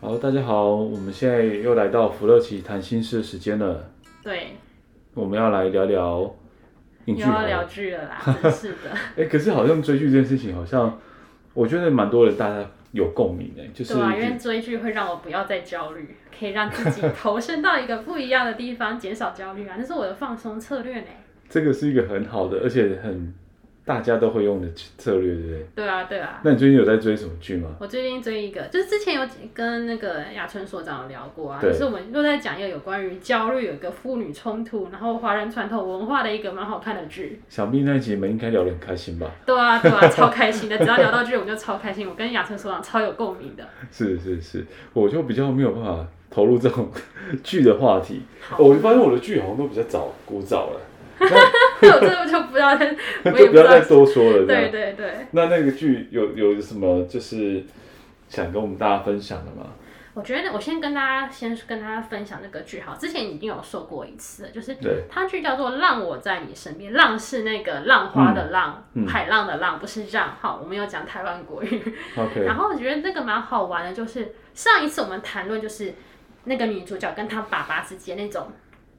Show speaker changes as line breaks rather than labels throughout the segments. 好，大家好，我们现在又来到福乐奇谈心事的时间了。
对，
我们要来聊聊影
又
剧
要
好
聊
了。
剧了啦，真是 的。
哎、可是好像追剧这件事情，好像我觉得蛮多人大家有共鸣的，就是
对啊，因为追剧会让我不要再焦虑，可以让自己投身到一个不一样的地方，减少焦虑啊，那是我的放松策略呢。
这个是一个很好的，而且很大家都会用的策略，对不对？
对啊，对啊。
那你最近有在追什么剧吗？
我最近追一个，就是之前有跟那个雅春所长有聊过啊，
对
就是我们又在讲一个有关于焦虑、有一个妇女冲突，然后华人传统文化的一个蛮好看的剧。
想必那一集你们应该聊得很开心吧？
对啊，对 啊，超开心的，只要聊到剧我们就超开心，我跟雅春所长超有共鸣的。
是是是，我就比较没有办法投入这种剧的话 题。哦
好
我发现我的剧好像都比较早古早了，
那我这就不要再，我也
就 不
不知
要
道
再。多说了。这样
对对对。
那那个剧有有什么就是想跟我们大家分享的吗？
我觉得我先跟大家先跟大家分享这个剧好，之前已经有说过一次了，就是
对
它剧叫做《浪我在你身边》，浪是那个浪花的浪，
嗯嗯
海浪的浪，不是浪。好，我们有讲台湾国语。
，OK，
然后我觉得那个蛮好玩的，就是上一次我们谈论就是那个女主角跟她爸爸之间那种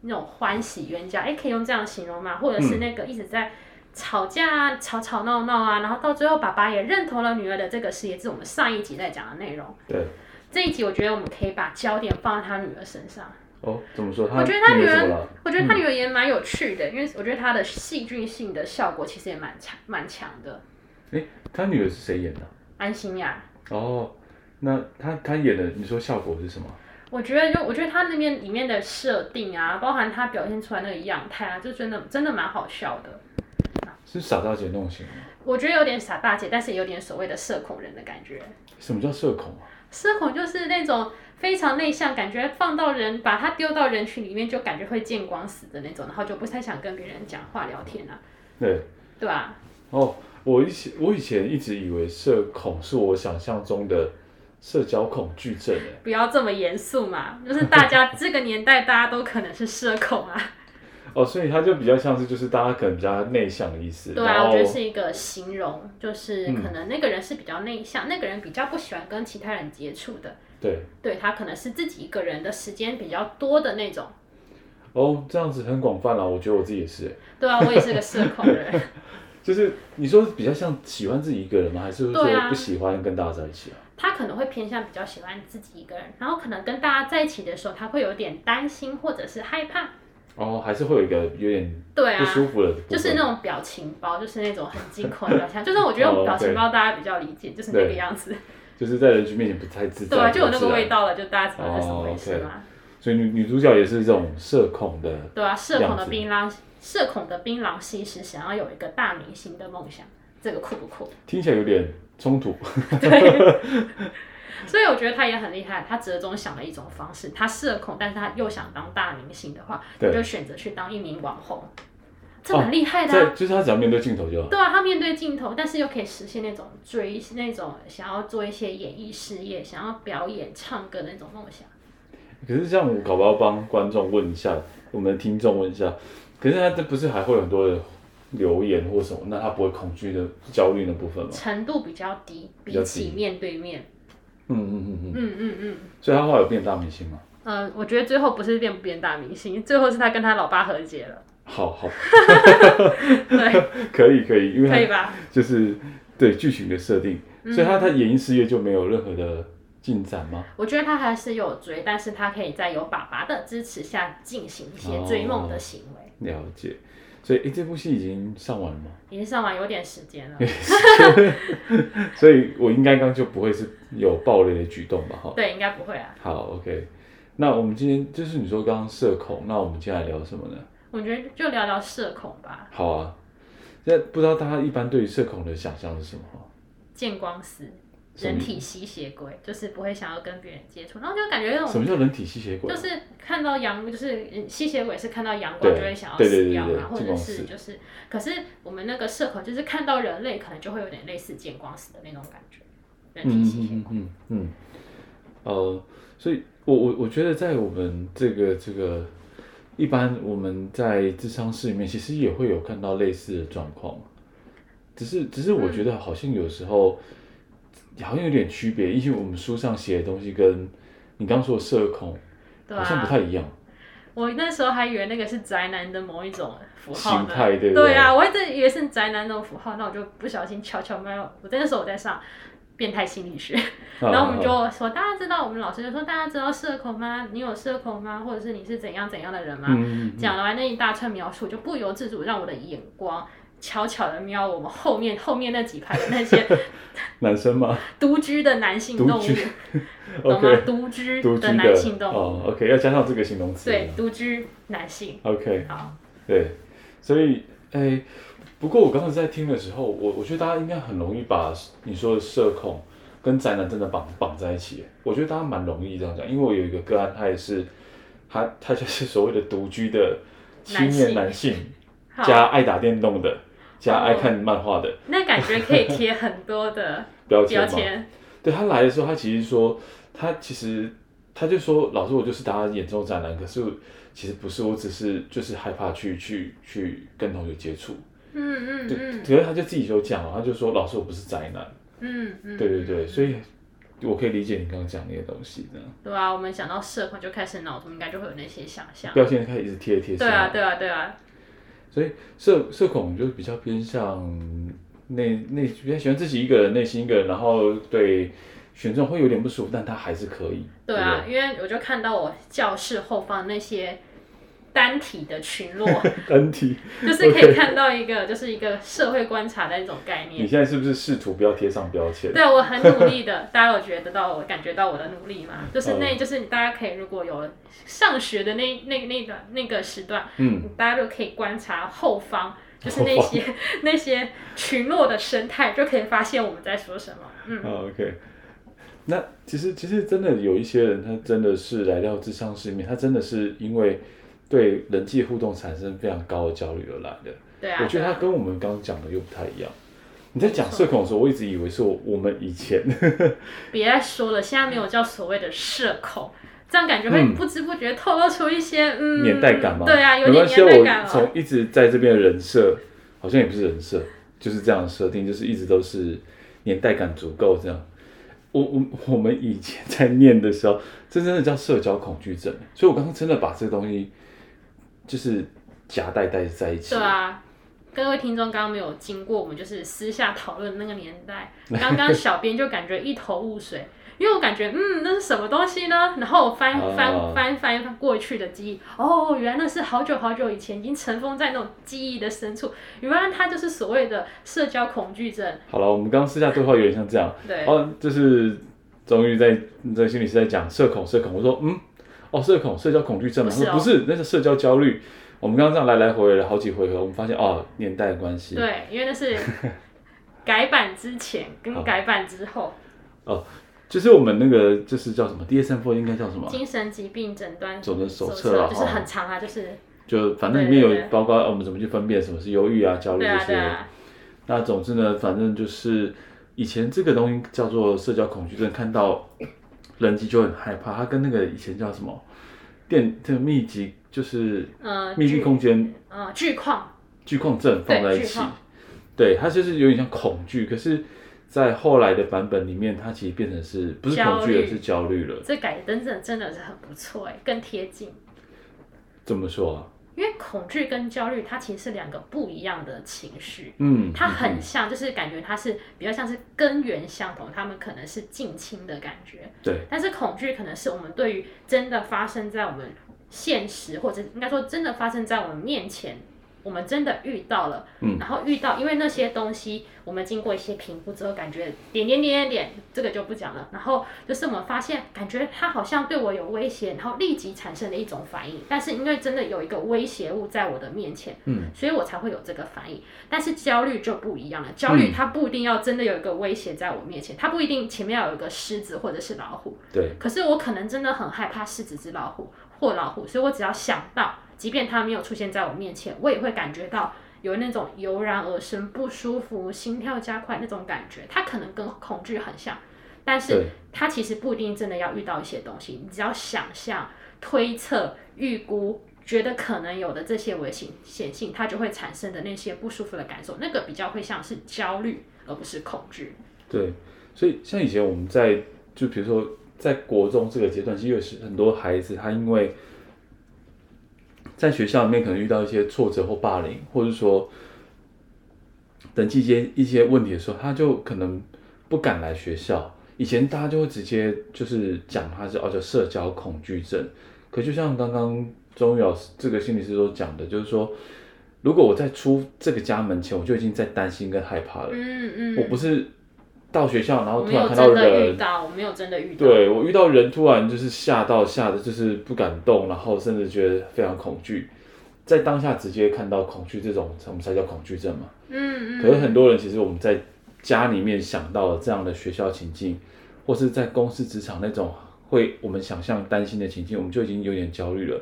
那种欢喜冤家，哎，可以用这样形容吗？或者是那个一直在。吵架啊，吵吵闹闹啊，然后到最后，爸爸也认同了女儿的这个事业，这是我们上一集在讲的内容。
对，
这一集我觉得我们可以把焦点放在他女儿身上。
哦，怎么说？他
我觉得他
女
女
儿怎么嗯
儿
了？，
我觉得他女儿也蛮有趣的，因为我觉得她的戏剧性的效果其实也蛮强蛮强的。
他女儿是谁演的？
安心啊呀，
哦，那他他演的，你说效果是什么？
我觉得就我觉得他那边里面的设定啊，包含他表现出来那个样态啊，就真的真的蛮好笑的。
是傻大姐那种型吗？
我觉得有点傻大姐，但是也有点所谓的社恐人的感觉。
什么叫社恐啊？
社恐就是那种非常内向，感觉放到人把他丢到人群里面，就感觉会见光死的那种，然后就不太想跟别人讲话聊天啊，
对，
对吧、
哦，我以前我以前一直以为社恐是我想象中的社交恐惧症欸诶。
不要这么严肃嘛，就是大 家这个年代，大家都可能是社恐 啊，
哦，所以他就比较像是就是大家可能比较内向的意思。
对
然
啊，
后
我觉得是一个形容，就是
嗯
可能那个人是比较内向，那个人比较不喜欢跟其他人接触的，
对
对他可能是自己一个人的时间比较多的那种，
哦，这样子很广泛啦。我觉得我自己也是欸诶。
对啊，我也是个社恐人，
就是你说比较像喜欢自己一个人吗？还是说
对啊
不喜欢跟大家在一起啊？
他可能会偏向比较喜欢自己一个人，然后可能跟大家在一起的时候，他会有点担心或者是害怕，
哦，还是会有一个有点
对啊
不，舒服的部分、
就是那种表情包，就是那种很惊恐的表情，就是我觉得 我们表情包大家比较理解，就是那个
对
样子。
就是在人群面前不太自在，
对啊，就有
不
那个
自然哦
味。道了，就大家知道是什么回事嘛。
所以女女主角也是这种社恐的，
对啊，社恐
样
的
子
槟榔，社恐的槟榔西施想要有一个大明星的梦想，这个酷 不酷？
听起来有点冲突。
所以我觉得他也很厉害，他折中想了一种方式，他社恐，但是他又想当大明星的话，
对
你就选择去当一名网红，这蛮厉害的
在
啊。
就是她只要面对镜头就好。
对啊，他面对镜头，但是又可以实现那种追那种想要做一些演艺事业、想要表演、唱歌的那种梦想。
哦可是这样，我搞不好帮观众问一下，我们的听众问一下，可是她这不是还会有很多的留言或什么？那她不会恐惧的焦虑的部分吗？
程度比较低，
比较
比
低
起面对面。
嗯嗯嗯嗯。
嗯嗯嗯。
所以她后来有变大明星吗？
呃，我觉得最后不是变不变大明星，最后是他跟他老爸和解 了，
好好，
对，
可以可以，因为她
可以吧？
就是对剧情的设定，所以他他演艺事业就没有任何的进展吗？
我觉得他还是有追，但是他可以在有爸爸的支持下进行一些追梦的行为。
了解，所以诶哎这部戏已经上完了吗？
已经上完有点时间了，
所以我应该刚就不会是有暴雷的举动吧？哈，
对，应该不会啊。
好，OK。那我们今天就是你说刚刚社恐，那我们接下来聊什么呢？
我觉得就聊聊社恐吧，
好啊，那不知道大家一般对于社恐的想象是什么？
见光死。人体吸血鬼，就是不会想要跟别人接触，然后就感觉那
什
种
么叫人体吸血鬼？啊
就是看到阳，就是嗯吸血鬼是看到阳光
对
就会想要
对对
死
对
掉
对
嘛，或
进
者
公
是
司
就是，可是我们那个社恐就是看到人类可能就会有点类似见光死的那种感觉，人体吸血鬼
嗯。嗯嗯嗯，呃，所以我我我觉得在我们这个这个，一般我们在智商室里面，其实也会有看到类似的状况，只是只是我觉得好像有时候、好像有点区别，因为我们书上写的东西跟你刚说的社恐
对
好像不
啊
太，一样，
我那时候还以为那个是宅男的某一种符号
心
呢。
态对不
对啊，我还真以为是宅男那种符号，那我就不小心悄悄没有。我在那时候我在上变态心理学，
啊
然后我们
啊啊
就说，大家知道我们老师就说，大家知道社恐吗？你有社恐吗？或者是你是怎样怎样的人吗？
嗯嗯嗯
讲完那一大串描述，就不由自主让我的眼光悄悄的瞄我们后面后面那几排的那些
嗯男生吗
独居的男性动
独
物，
居
懂
？OK，
吗？独居
独居
的男性动物，
哦，OK，要加上这个形容词，
对，独居男性。
，OK，
好，
对，所以，哎，不过我刚刚在听的时候，我我觉得大家应该很容易把你说的社恐跟宅男真的绑绑在一起。我觉得大家蛮容易这样讲，因为我有一个个案，他也是，他他就是所谓的独居的青年男性，
好，哦
加爱打电动的，加爱看漫画的
那感觉可以贴很多的
标签
标
嘛。
签，
对他来的时候，他其实说，他其实他就说，老师，我就是大家眼中的宅男，可是其实不是，我只是就是害怕去去去跟同学接触。
嗯嗯
对，
嗯
可是他就自己就讲了，他就说老师我不是宅男，
嗯嗯，
对对对，所以我可以理解你刚刚讲那些东西这样，
对啊，我们想到社恐就开始脑中应该就会有那些想象。
标签开始一直贴贴上
对啊，对啊，对啊，
所以社社恐就是比较偏向内内比较喜欢自己一个人，内心一个人，然后对选中会有点不舒服，但他还是可以，
对
不
啊，因为我就看到我教室后方那些单体的群 落，
单体，
就是可以看到一个就是一个社会观察的一种概
你
念。
现在是不是试图不要贴上标签？
对啊我很努力的，大家有觉得到我感觉到我的努力吗？就是那，
哦
就是大家可以如果有上学的那那那个那个时段，
嗯，
大家就可以观察后方，就是那些 那些群落的生态，就可以发现我们在说什么。嗯，
啊，OK。那其实其实真的有一些人，他真的是来到智商室里面，他真的是因为对人际互动产生非常高的焦虑而来的。
对啊，
我觉得
对啊
他跟我们刚刚讲的又不太一样。你在讲
没错
社恐的时候，我一直以为是我我们以前
别再说了，现在没有叫所谓的社恐，这样感觉会
嗯
不知不觉透露出一些嗯
年代感嘛，
对啊，有
没
点
关系，
年代感
我
了。
从一直在这边的人设，好像也不是人设，就是这样的设定，就是一直都是年代感足够这样。我我我们以前在念的时候，这真的叫社交恐惧症，所以我刚刚真的把这个东西就是夹带带在一起。
对啊，各位听众刚刚没有经过我们就是私下讨论那个年代，刚刚小编就感觉一头雾水。因为我感觉，嗯，那是什么东西呢？然后我翻
啊
翻翻翻翻过去的记忆，哦，原来那是好久好久以前已经尘封在那种记忆的深处。原来它就是所谓的社交恐惧症。
好了，我们刚刚私下对话有点像这样，
对，
哦，就是终于在在心理是在讲社恐，社恐。我说嗯，哦，社恐，社交恐惧症嘛。
不
他
是哦
说不是，那是社交焦虑。我们刚刚这样来来回回了好几回合，我们发现哦，年代的关系。
对，因为那是改版之前
哦
跟改版之后，
就是我们那个就是叫什么 DSM-4 应该叫什么？
精神疾病诊断
走的手册
册
啊
就是
哈
很长啊，就是
就反正里面有
对对对
包括呃我们怎么去分辨什么是忧郁啊、焦虑
对
这
啊
些。
对啊，
那总之呢，反正就是以前这个东西叫做社交恐惧症，看到人机就很害怕。它跟那个以前叫什么电这个密集就是
嗯，
密闭
巨
空间
嗯巨矿，
巨矿症放在一
对巨
起
矿，
对它就是有点像恐惧，可是，在后来的版本里面，它其实变成是不是恐惧
焦
了，
虑
是焦虑了。
这改真的真的是很不错哎，更贴近。
怎么说啊？
因为恐惧跟焦虑，它其实是两个不一样的情绪，
嗯，
它很
嗯
像，就是感觉它是比较像是根源相同，他们可能是近亲的感觉。
对，
但是恐惧可能是我们对于真的发生在我们现实，或者应该说真的发生在我们面前，我们真的遇到了，
嗯
然后遇到因为那些东西，我们经过一些评估之后，感觉点点点点点，这个就不讲了。然后就是我们发现，感觉它好像对我有威胁，然后立即产生了一种反应。但是因为真的有一个威胁物在我的面前，
嗯，
所以我才会有这个反应。但是焦虑就不一样了，焦虑
嗯
它不一定要真的有一个威胁在我面前，它不一定前面要有一个狮子或者是老虎，
对，
可是我可能真的很害怕狮子、只老虎或老虎，所以我只要想到，即便它没有出现在我面前，我也会感觉到有那种油然而生不舒服、心跳加快那种感觉。它可能跟恐惧很像，但是
对
它其实不一定真的要遇到一些东西，你只要想象、推测、预估。觉得可能有的这些危险险性，它就会产生的那些不舒服的感受，那个比较会像是焦虑，而不是恐惧。
对，所以像以前我们在就比如说在国中这个阶段，其实有时很多孩子他因为在学校里面可能遇到一些挫折或霸凌，或者说等期间一些问题的时候，他就可能不敢来学校。以前大家就会直接就是讲他是哦叫社交恐惧症，可就像刚刚钟宇老师这个心理师所讲的，就是说，如果我在出这个家门前，我就已经在担心跟害怕了。
嗯嗯，
我不是到学校，然后
我
突
没
然
有
看到
真的遇
人，
到，我没有真的遇到。
对我遇到人突然就是吓到，吓得就是不敢动，然后甚至觉得非常恐惧，在当下直接看到恐惧这种，我们才叫恐惧症嘛。
嗯嗯。
可是很多人其实我们在家里面想到了这样的学校情境，或是在公司职场那种会我们想象担心的情境，我们就已经有点焦虑了。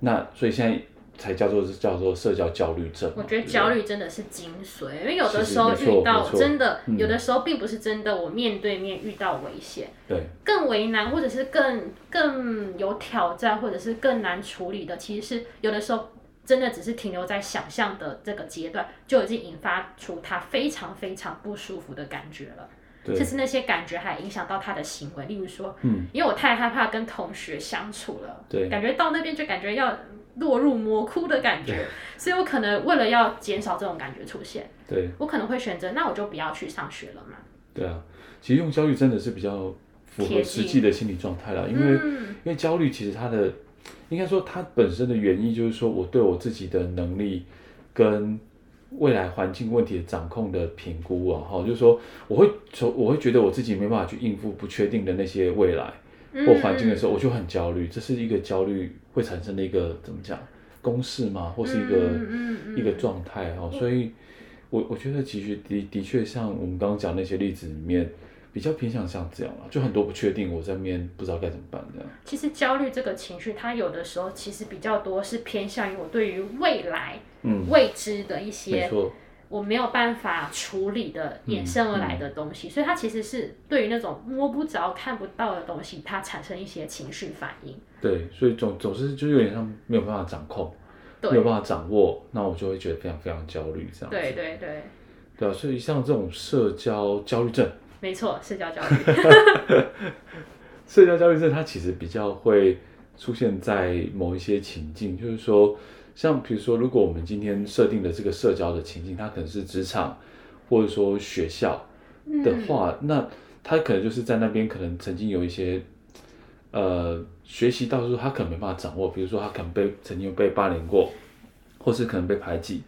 那所以现在才叫做是叫做社交焦虑症嘛。
我觉
对
得
不对
焦虑真的是精髓，因为有的
是
时候
没错
遇到
没错
真的，
嗯
有的时候并不是真的我面对面遇到危险，
对
更为难或者是更更有挑战，或者是更难处理的，其实是有的时候真的只是停留在想象的这个阶段，就已经引发出他非常非常不舒服的感觉了。
对
其实那些感觉还影响到他的行为，例如说，
嗯，
因为我太害怕跟同学相处了，
对
感觉到那边就感觉要落入魔窟的感觉，所以我可能为了要减少这种感觉出现，
对。
我可能会选择，那我就不要去上学了嘛。
对啊，其实用焦虑真的是比较符合
贴近
实际的心理状态啦，因为、
嗯，
因为焦虑其实它的应该说它本身的原因就是说我对我自己的能力跟未来环境问题的掌控的评估啊，哈，就是说我会从我会觉得我自己没办法去应付不确定的那些未来
嗯
或环境的时候，我就很焦虑，这是一个焦虑会产生的一个怎么讲公式吗？或
嗯，
是一个。
嗯嗯嗯
一个状态哦，所以我我觉得其实的的确像我们刚刚讲那些例子里面，比较偏向像这样啦，就很多不确定，我在面不知道该怎么办这样。
其实焦虑这个情绪，它有的时候其实比较多是偏向于我对于未来
嗯，
未知的一
没
些
错，
我没有办法处理的衍生而来的东
嗯
西，所以它其实是对于那种摸不着、看不到的东西，它产生一些情绪反应。
对，所以总总是就是有点像没有办法掌控，没有
对
办法掌握，那我就会觉得非常非常焦虑这样子。
对对对，
对啊，所以像这种社交焦虑症，
没错，社交焦虑。
社交焦虑症它其实比较会出现在某一些情境，就是说，像比如说，如果我们今天设定的这个社交的情境，它可能是职场或者说学校的话，那他可能就是在那边可能曾经有一些。呃，学习到说他可能没办法掌握，比如说他可能被曾经被霸凌过，或是可能被排挤，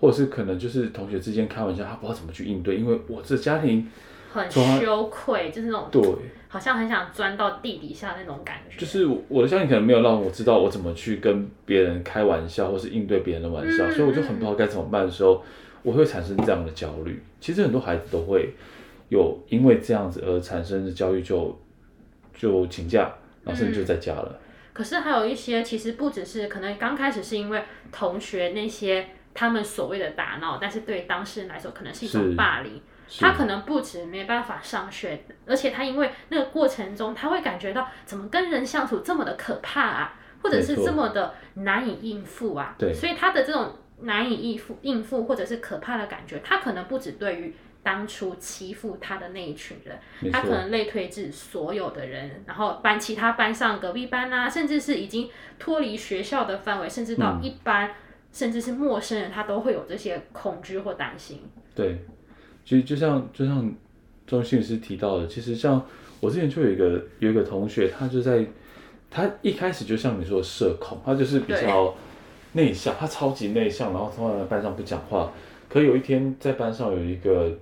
或者是可能就是同学之间开玩笑，他不知道怎么去应对，因为我这家庭
很
抓
羞愧，就是那种
对
好像很想钻到地底下那种感觉。
就是我的家庭可能没有让我知道我怎么去跟别人开玩笑，或是应对别人的玩笑，
嗯
所以我就很不知道该怎么办的时候，我会产生这样的焦虑。其实很多孩子都会有因为这样子而产生的焦虑就，就请假，然后甚
嗯
至就在家了。
可是还有一些其实不只是可能刚开始是因为同学那些他们所谓的打闹，但是对当事人来说可能是一
是
种霸凌。
是
他可能不止没办法上学，而且他因为那个过程中，他会感觉到怎么跟人相处这么的可怕啊，或者是
没错
这么的难以应付啊。
对
所以他的这种难以应付、应付或者是可怕的感觉，他可能不止对于当初欺负他的那一群人，
没
他可
错，
能类推至所有的人，然后班其他班上隔壁班啊，甚至是已经脱离学校的范围，甚至到
嗯
一般，甚至是陌生人，他都会有这些恐惧或担心。
对，其实就像就像钟心理师提到的，其实像我之前就有一个有一个同学，他就在他一开始就像你说的社恐，他就是比
对
较内向，他超级内向，然后从来在班上不讲话。可有一天在班上有一个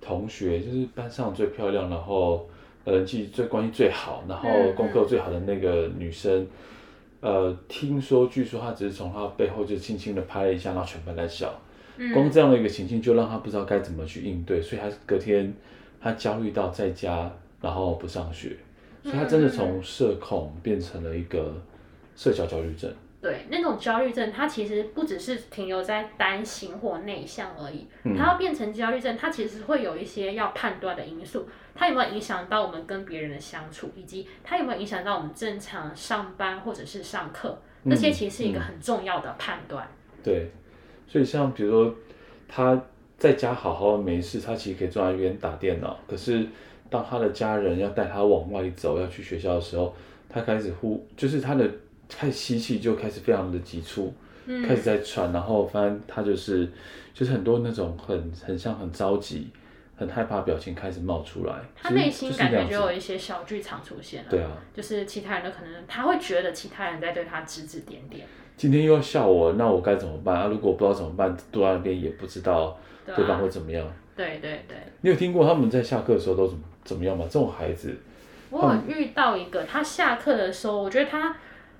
同学，就是班上最漂亮，然后呃人际最关系最好，然后
嗯嗯
功课最好的那个女生，呃，听说据说她只是从她背后就轻轻的拍了一下，然后全班在笑。光
嗯，
这样的一个情境就让他不知道该怎么去应对，所以他隔天他焦虑到在家，然后不上学，所以他真的从社恐变成了一个社交焦虑症。
对，那种焦虑症，它其实不只是停留在担心或内向而已，
嗯
它要变成焦虑症，它其实会有一些要判断的因素，它有没有影响到我们跟别人的相处，以及它有没有影响到我们正常上班或者是上课，
嗯
这些其实是一个很重要的判断。
对，所以像比如说他在家好好没事，他其实可以坐在那边打电脑。可是当他的家人要带他往外走，要去学校的时候，他开始呼，就是他的开始吸气就开始非常的急促，
嗯
开始在喘，然后反正他就是就是很多那种很很像很着急、很害怕的表情开始冒出来。
他
其实
内心
就是
感
这
觉
样
就
子
有一些小剧场出现了，
对啊，
就是其他人的可能他会觉得其他人在对他指指点点，
今天又要笑我，那我该怎么办啊？如果不知道怎么办，坐在那边也不知道
对啊
对方
吧、
会怎么样。
对对对，
你有听过他们在下课的时候都怎么怎么样吗？这种孩子，
我有
嗯
遇到一个，他下课的时候，我觉得他，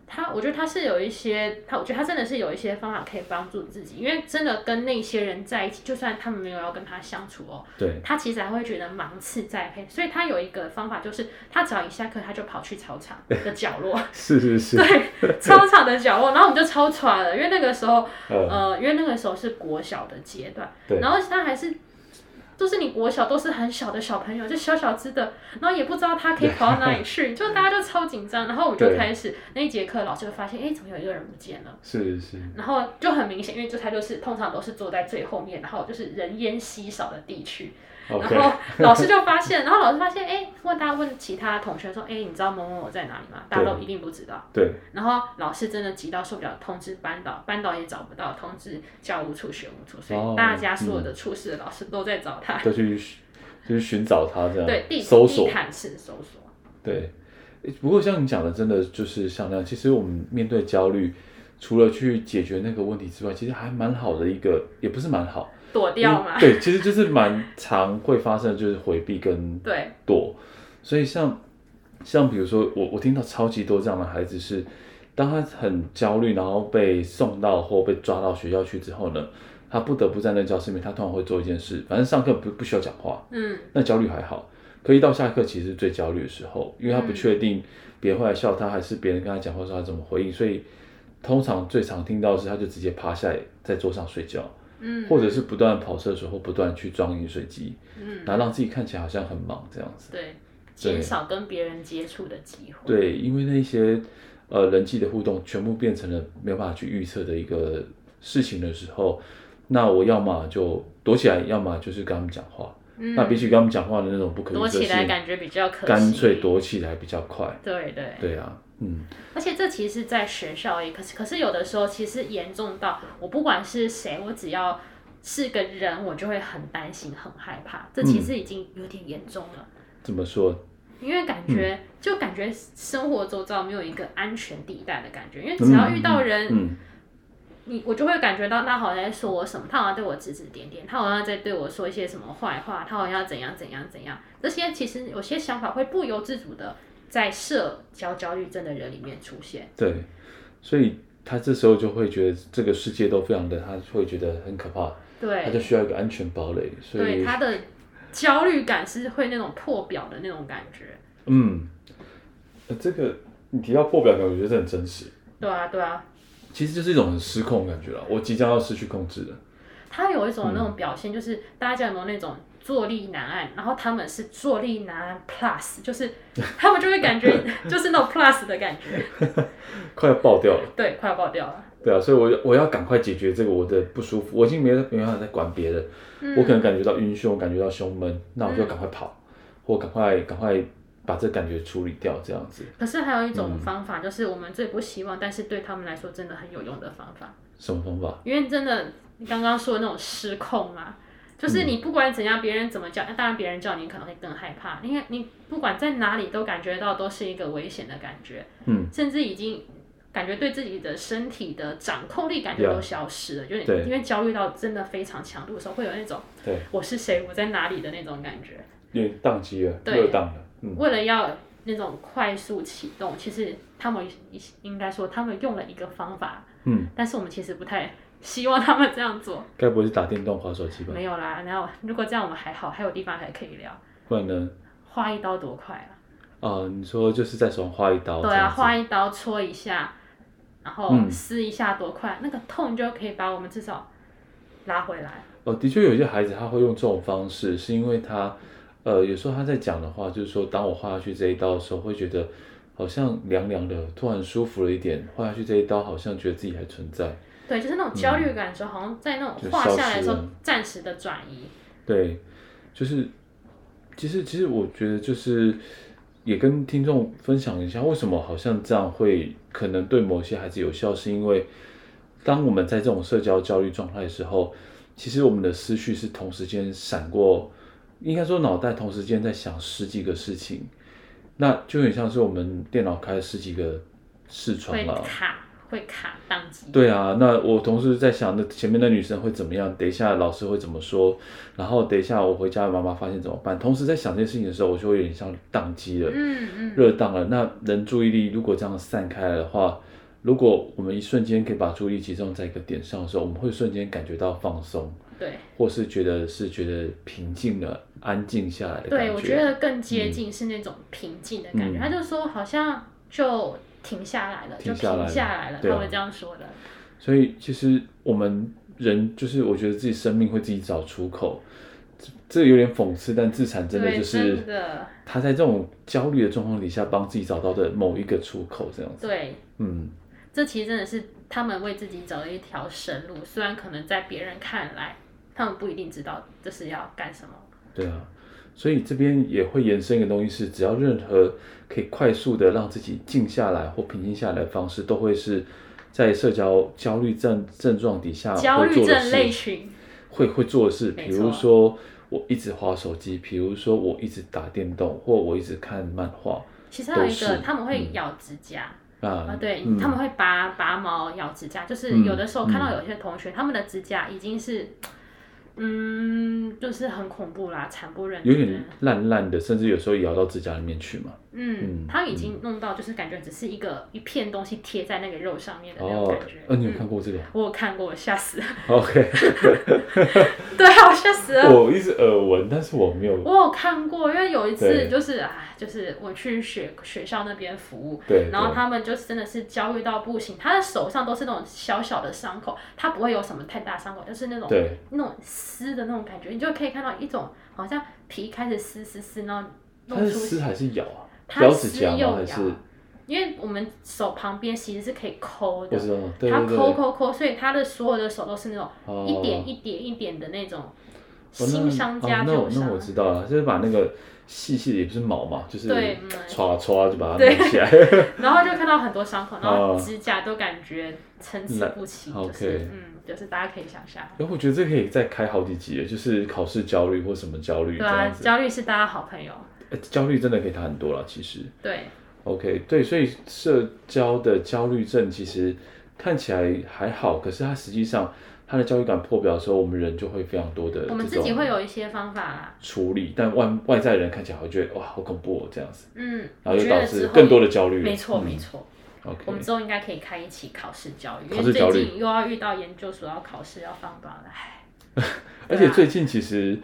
他，我觉得他是有一些，他，我觉得他真的是有一些方法可以帮助自己，因为真的跟那些人在一起，就算他们没有要跟他相处哦，
对，
他其实还会觉得芒刺在背，所以他有一个方法就是，他只要一下课，他就跑去操场的角落，
是是是，
对，操场的角落，然后我们就超喘了，因为那个时候，
呃，
呃，因为那个时候是国小的阶段，
对
然后他还是，就是你国小都是很小的小朋友，就小小只的，然后也不知道他可以跑到哪里去，就大家就超紧张，然后我们就
对
开始那一节课，老师就发现，哎，怎么有一个人不见了？
是是，
然后就很明显，因为就他就是通常都是坐在最后面，然后就是人烟稀少的地区，然
OK，
后老师就发现，然后老师发现，哎，问他问其他同学说，哎，你知道某某某在哪里吗？大家都一定不知道。
对，
然后老师真的急到受不了，通知班导，班导也找不到，通知教务处、学务处，所
哦
以大家所有的处室的老师都在找他。
都去寻就是寻找他这样，
对，地
搜
地
索，
毯式搜索。
对。诶不过像你讲的，真的就是像那样，其实我们面对焦虑，除了去解决那个问题之外，其实还蛮好的一个，也不是蛮好，
躲掉嘛
因为？对，其实就是蛮常会发生的，就是回避跟
对，
多，所以像像比如说我我听到超级多这样的孩子是，当他很焦虑，然后被送到或被抓到学校去之后呢，他不得不在那教室里面，他通常会做一件事，反正上课不不需要讲话，
嗯，
那焦虑还好。可一到下课，其实是最焦虑的时候，因为他不
嗯
确定别人会来笑他，还是别人跟他讲话的时候他怎么回应，所以通常最常听到的是他就直接趴下来在桌上睡觉，
嗯，
或者是不断跑厕所或不断去装饮水机，
嗯，
然后让自己看起来好像很忙这样子。
对，
对
减少跟别人接触的机会。，
对，因为那些呃人际的互动全部变成了没有办法去预测的一个事情的时候，那我要么就躲起来，要么就是跟他们讲话。
嗯
那比起跟他们讲话的那种不可预
躲
测
起
性，
来感觉比较可惜。
干脆。躲起来比较快。
对对。
对啊，嗯，
而且这其实是在学校也，可是可是有的时候其实严重到我不管是谁，我只要是个人，我就会很担心、很害怕。这其
嗯
实已经有点严重了，
怎么说？
因为感觉、就感觉生活周遭没有一个安全地带的感觉，因为只要遇到人，
嗯，嗯
你我就会感觉到他好像在说我什么，他好像对我指指点点，他好像在对我说一些什么坏话，他好像怎样怎样怎样。这些其实有些想法会不由自主的在社交焦虑症的人里面出现。
对，所以他这时候就会觉得这个世界都非常的，他会觉得很可怕，
对，
他就需要一个安全堡垒。所以
对他的焦虑感是会那种破表的那种感觉。
嗯，呃这个你提到破表感，我觉得这很真实。
对啊，对啊，
其实就是一种很失控的感觉了，我即将要失去控制了。
他有一种那种表现，就是、大家有没有那种坐立难安？然后他们是坐立难安 plus，就是他们就会感觉就是那种 plus 的感觉，
快要爆掉了，
对，快要爆掉了。
对啊，所以我我要赶快解决这个我的不舒服，我已经没没办法再管别人，
嗯
我嗯可能感觉到晕眩，我感觉到胸闷，那我就赶快跑，或赶快赶快把这感觉处理掉，这样子。
可是还有一种方法，就是我们最不希望，但是对他们来说真的很有用的方法，
什么方法？
因为真的你刚刚说的那种失控嘛，就是你不管怎样，别人怎么叫，当然别人叫你可能会更害怕，因为你不管在哪里都感觉到都是一个危险的感觉，
嗯，
甚至已经感觉对自己的身体的掌控力感觉
Yeah
都消失了，就是
对
因为焦虑到真的非常强度的时候，会有那种
对
我是谁，我在哪里的那种感觉。
有点宕机了，
对
热档了，嗯，
为了要那种快速启动，其实他们一应该说他们用了一个方法，
嗯，
但是我们其实不太希望他们这样做。
该不会是打电动、划手机吧？
没有啦，然后如果这样我们还好，还有地方还可以聊。
不然呢？
划一刀多快啊！
啊，你说就是在手上划一刀，
对啊，
这样
划一刀戳一下，然后
嗯
撕一下多快，那个痛就可以把我们至少拉回来。
子哦，的确有些孩子他会用这种方式，是因为他，呃，有时候他在讲的话，就是说，当我划下去这一刀的时候，会觉得好像凉凉的，突然舒服了一点，划下去这一刀，好像觉得自己还存在。
对，就是那种焦虑感的时候，好像在那种
就
画
消
下来的
失
时候
了，
暂时的转移。
对，就是，其实其实我觉得就是也跟听众分享一下，为什么好像这样会可能对某些孩子有效，是因为当我们在这种社交焦虑状态的时候，其实我们的思绪是同时间闪过，应该说脑袋同时间在想十几个事情，那就很像是我们电脑开了十几个视窗
会
了。
卡，会卡宕机。
对啊，那我同事在想，那前面的女生会怎么样？等一下老师会怎么说？然后等一下我回家，妈妈发现怎么办？同时在想这些事情的时候，我就会有点像宕机了，
嗯嗯，
热宕了。那人注意力如果这样散开来的话，如果我们一瞬间可以把注意力集中在一个点上的时候，我们会瞬间感觉到放松，
对
或是觉得是觉得平静了、安静下来的感
对，我觉得更接
嗯
近是那种平静的感
嗯
觉。他就说好像就停下来了，就
停下来
停
了
下来了，
对
他
啊
们这样说的。
所以其实我们人就是，我觉得自己生命会自己找出口，这这有点讽刺，但自产真的
对
就是
真的
他在这种焦虑的状况底下，帮自己找到的某一个出口，这样子。
对，
嗯，
这其实真的是他们为自己找了一条生路，虽然可能在别人看来，他们不一定知道这是要干什么。
对啊，所以这边也会延伸一个东西是，只要任何可以快速的让自己静下来或平静下来的方式，都会是在社交焦虑症症状底下
焦
会
虑
做的
症类
事，
群，
会会做的事，
没
比
错
如说我一直划手机，比如说我一直打电动，或我一直看漫画
其实还有一
都
个
是
他们会
嗯
咬指甲。啊
啊，，
对，
嗯
他们会拔拔毛、咬指甲，就是
嗯
有的时候看到
嗯
有些同学、他们的指甲已经是，嗯，就是很恐怖啦，惨不忍睹
有
的。
点烂烂的，甚至有时候也咬到指甲里面去嘛。
嗯
嗯，
他已经弄到就是感觉只是一个一片东西贴在那个肉上面的那种
哦
感觉。，
呃，你有看
嗯
过这个
我有看过，吓死了！
？OK。
对啊，我吓死了。
我一直耳闻，但是我没有。
我有看过，因为有一次
对
就是哎，就是我去学学校那边服务，
对，
然后
对
他们就真的是焦虑到不行，他的手上都是那种小小的伤口，他不会有什么太大伤口，就是那种
对
那种撕的那种感觉，你就可以看到一种好像皮开始撕撕撕，然后
他
弄
是
出
撕还是咬啊？
它
咬
撕
指甲
又
吗？还是
咬因为我们手旁边其实是可以抠
我
的，
知道，对
他
对对，
嗯抠抠抠，所以他的所有的手都是那种
哦
一点一点一点的那种
哦那
新伤
哦
加旧
那我
伤
那我，知道了，就是把那个细细的也不是毛嘛，就是
对嗯
刷刷就把它
对
弄 起来。
然后就看到很多伤口，然后
哦
指甲都感觉参差不齐，
那
就是
，OK
嗯，就是大家可以想象。
然哎后我觉得这可以再开好几集，就是考试焦虑或什么焦虑这
对啊，
样子。
焦虑是大家好朋友。
呃焦虑真的可以谈很多了，其实。
对，
OK，对，所以社交的焦虑症其实看起来还好，可是它实际上它的焦虑感破表的时候，我们人就会非常多的
我们
这
自己
种
会有一些方法啦。
处理，但外外在人看起来会觉得哇好恐怖哦这样子，
嗯，
然
我
后
觉
就导
得之
致
后
更多的焦虑。
没错，
嗯
没错。我们
OK，
之后应该可以开一期考试教育，因
考
为
试教
最
育
近又要遇到研究所要考试要放榜了，唉，
而
啊
且最近其实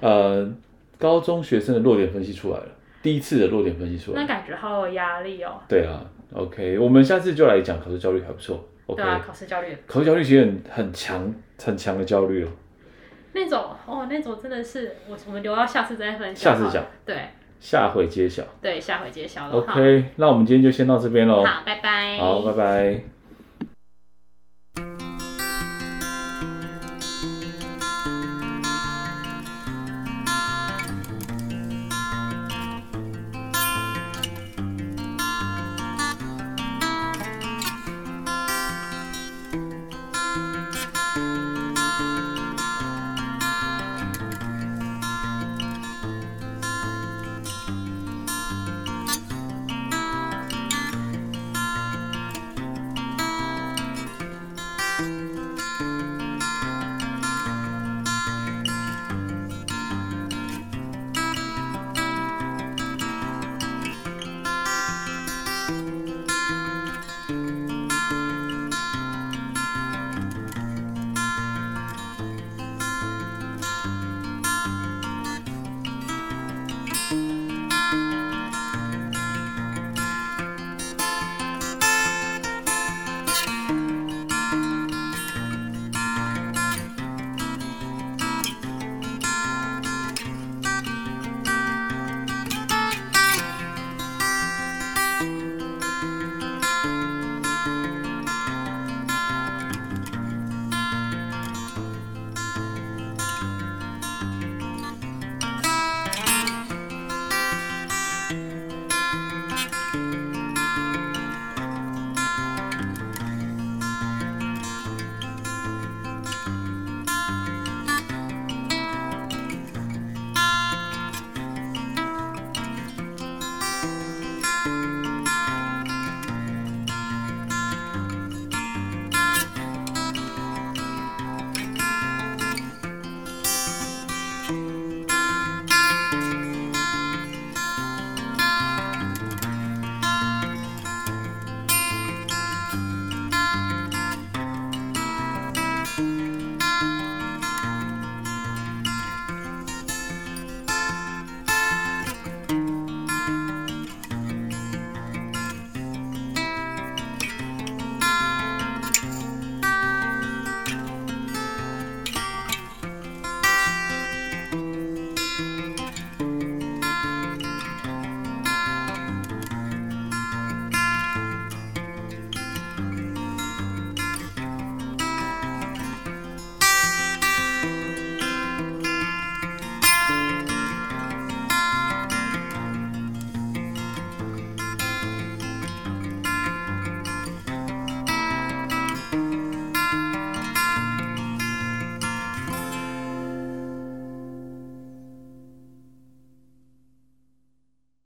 呃高中学生的弱点分析出来了，第一次的弱点分析出来
那
了。
感觉好有压力哦。
对啊，OK，我们下次就来讲考试焦虑还不错。OK，、
对啊，考试焦虑
考试焦虑其实很很强很强的焦虑哦。
那种哦，那种真的是我我们留到下次再分
下
享。
次讲，，
对
下回揭晓。
对，下回揭晓了。
OK，那我们今天就先到这边喽
好，。好，拜拜。
好，拜拜。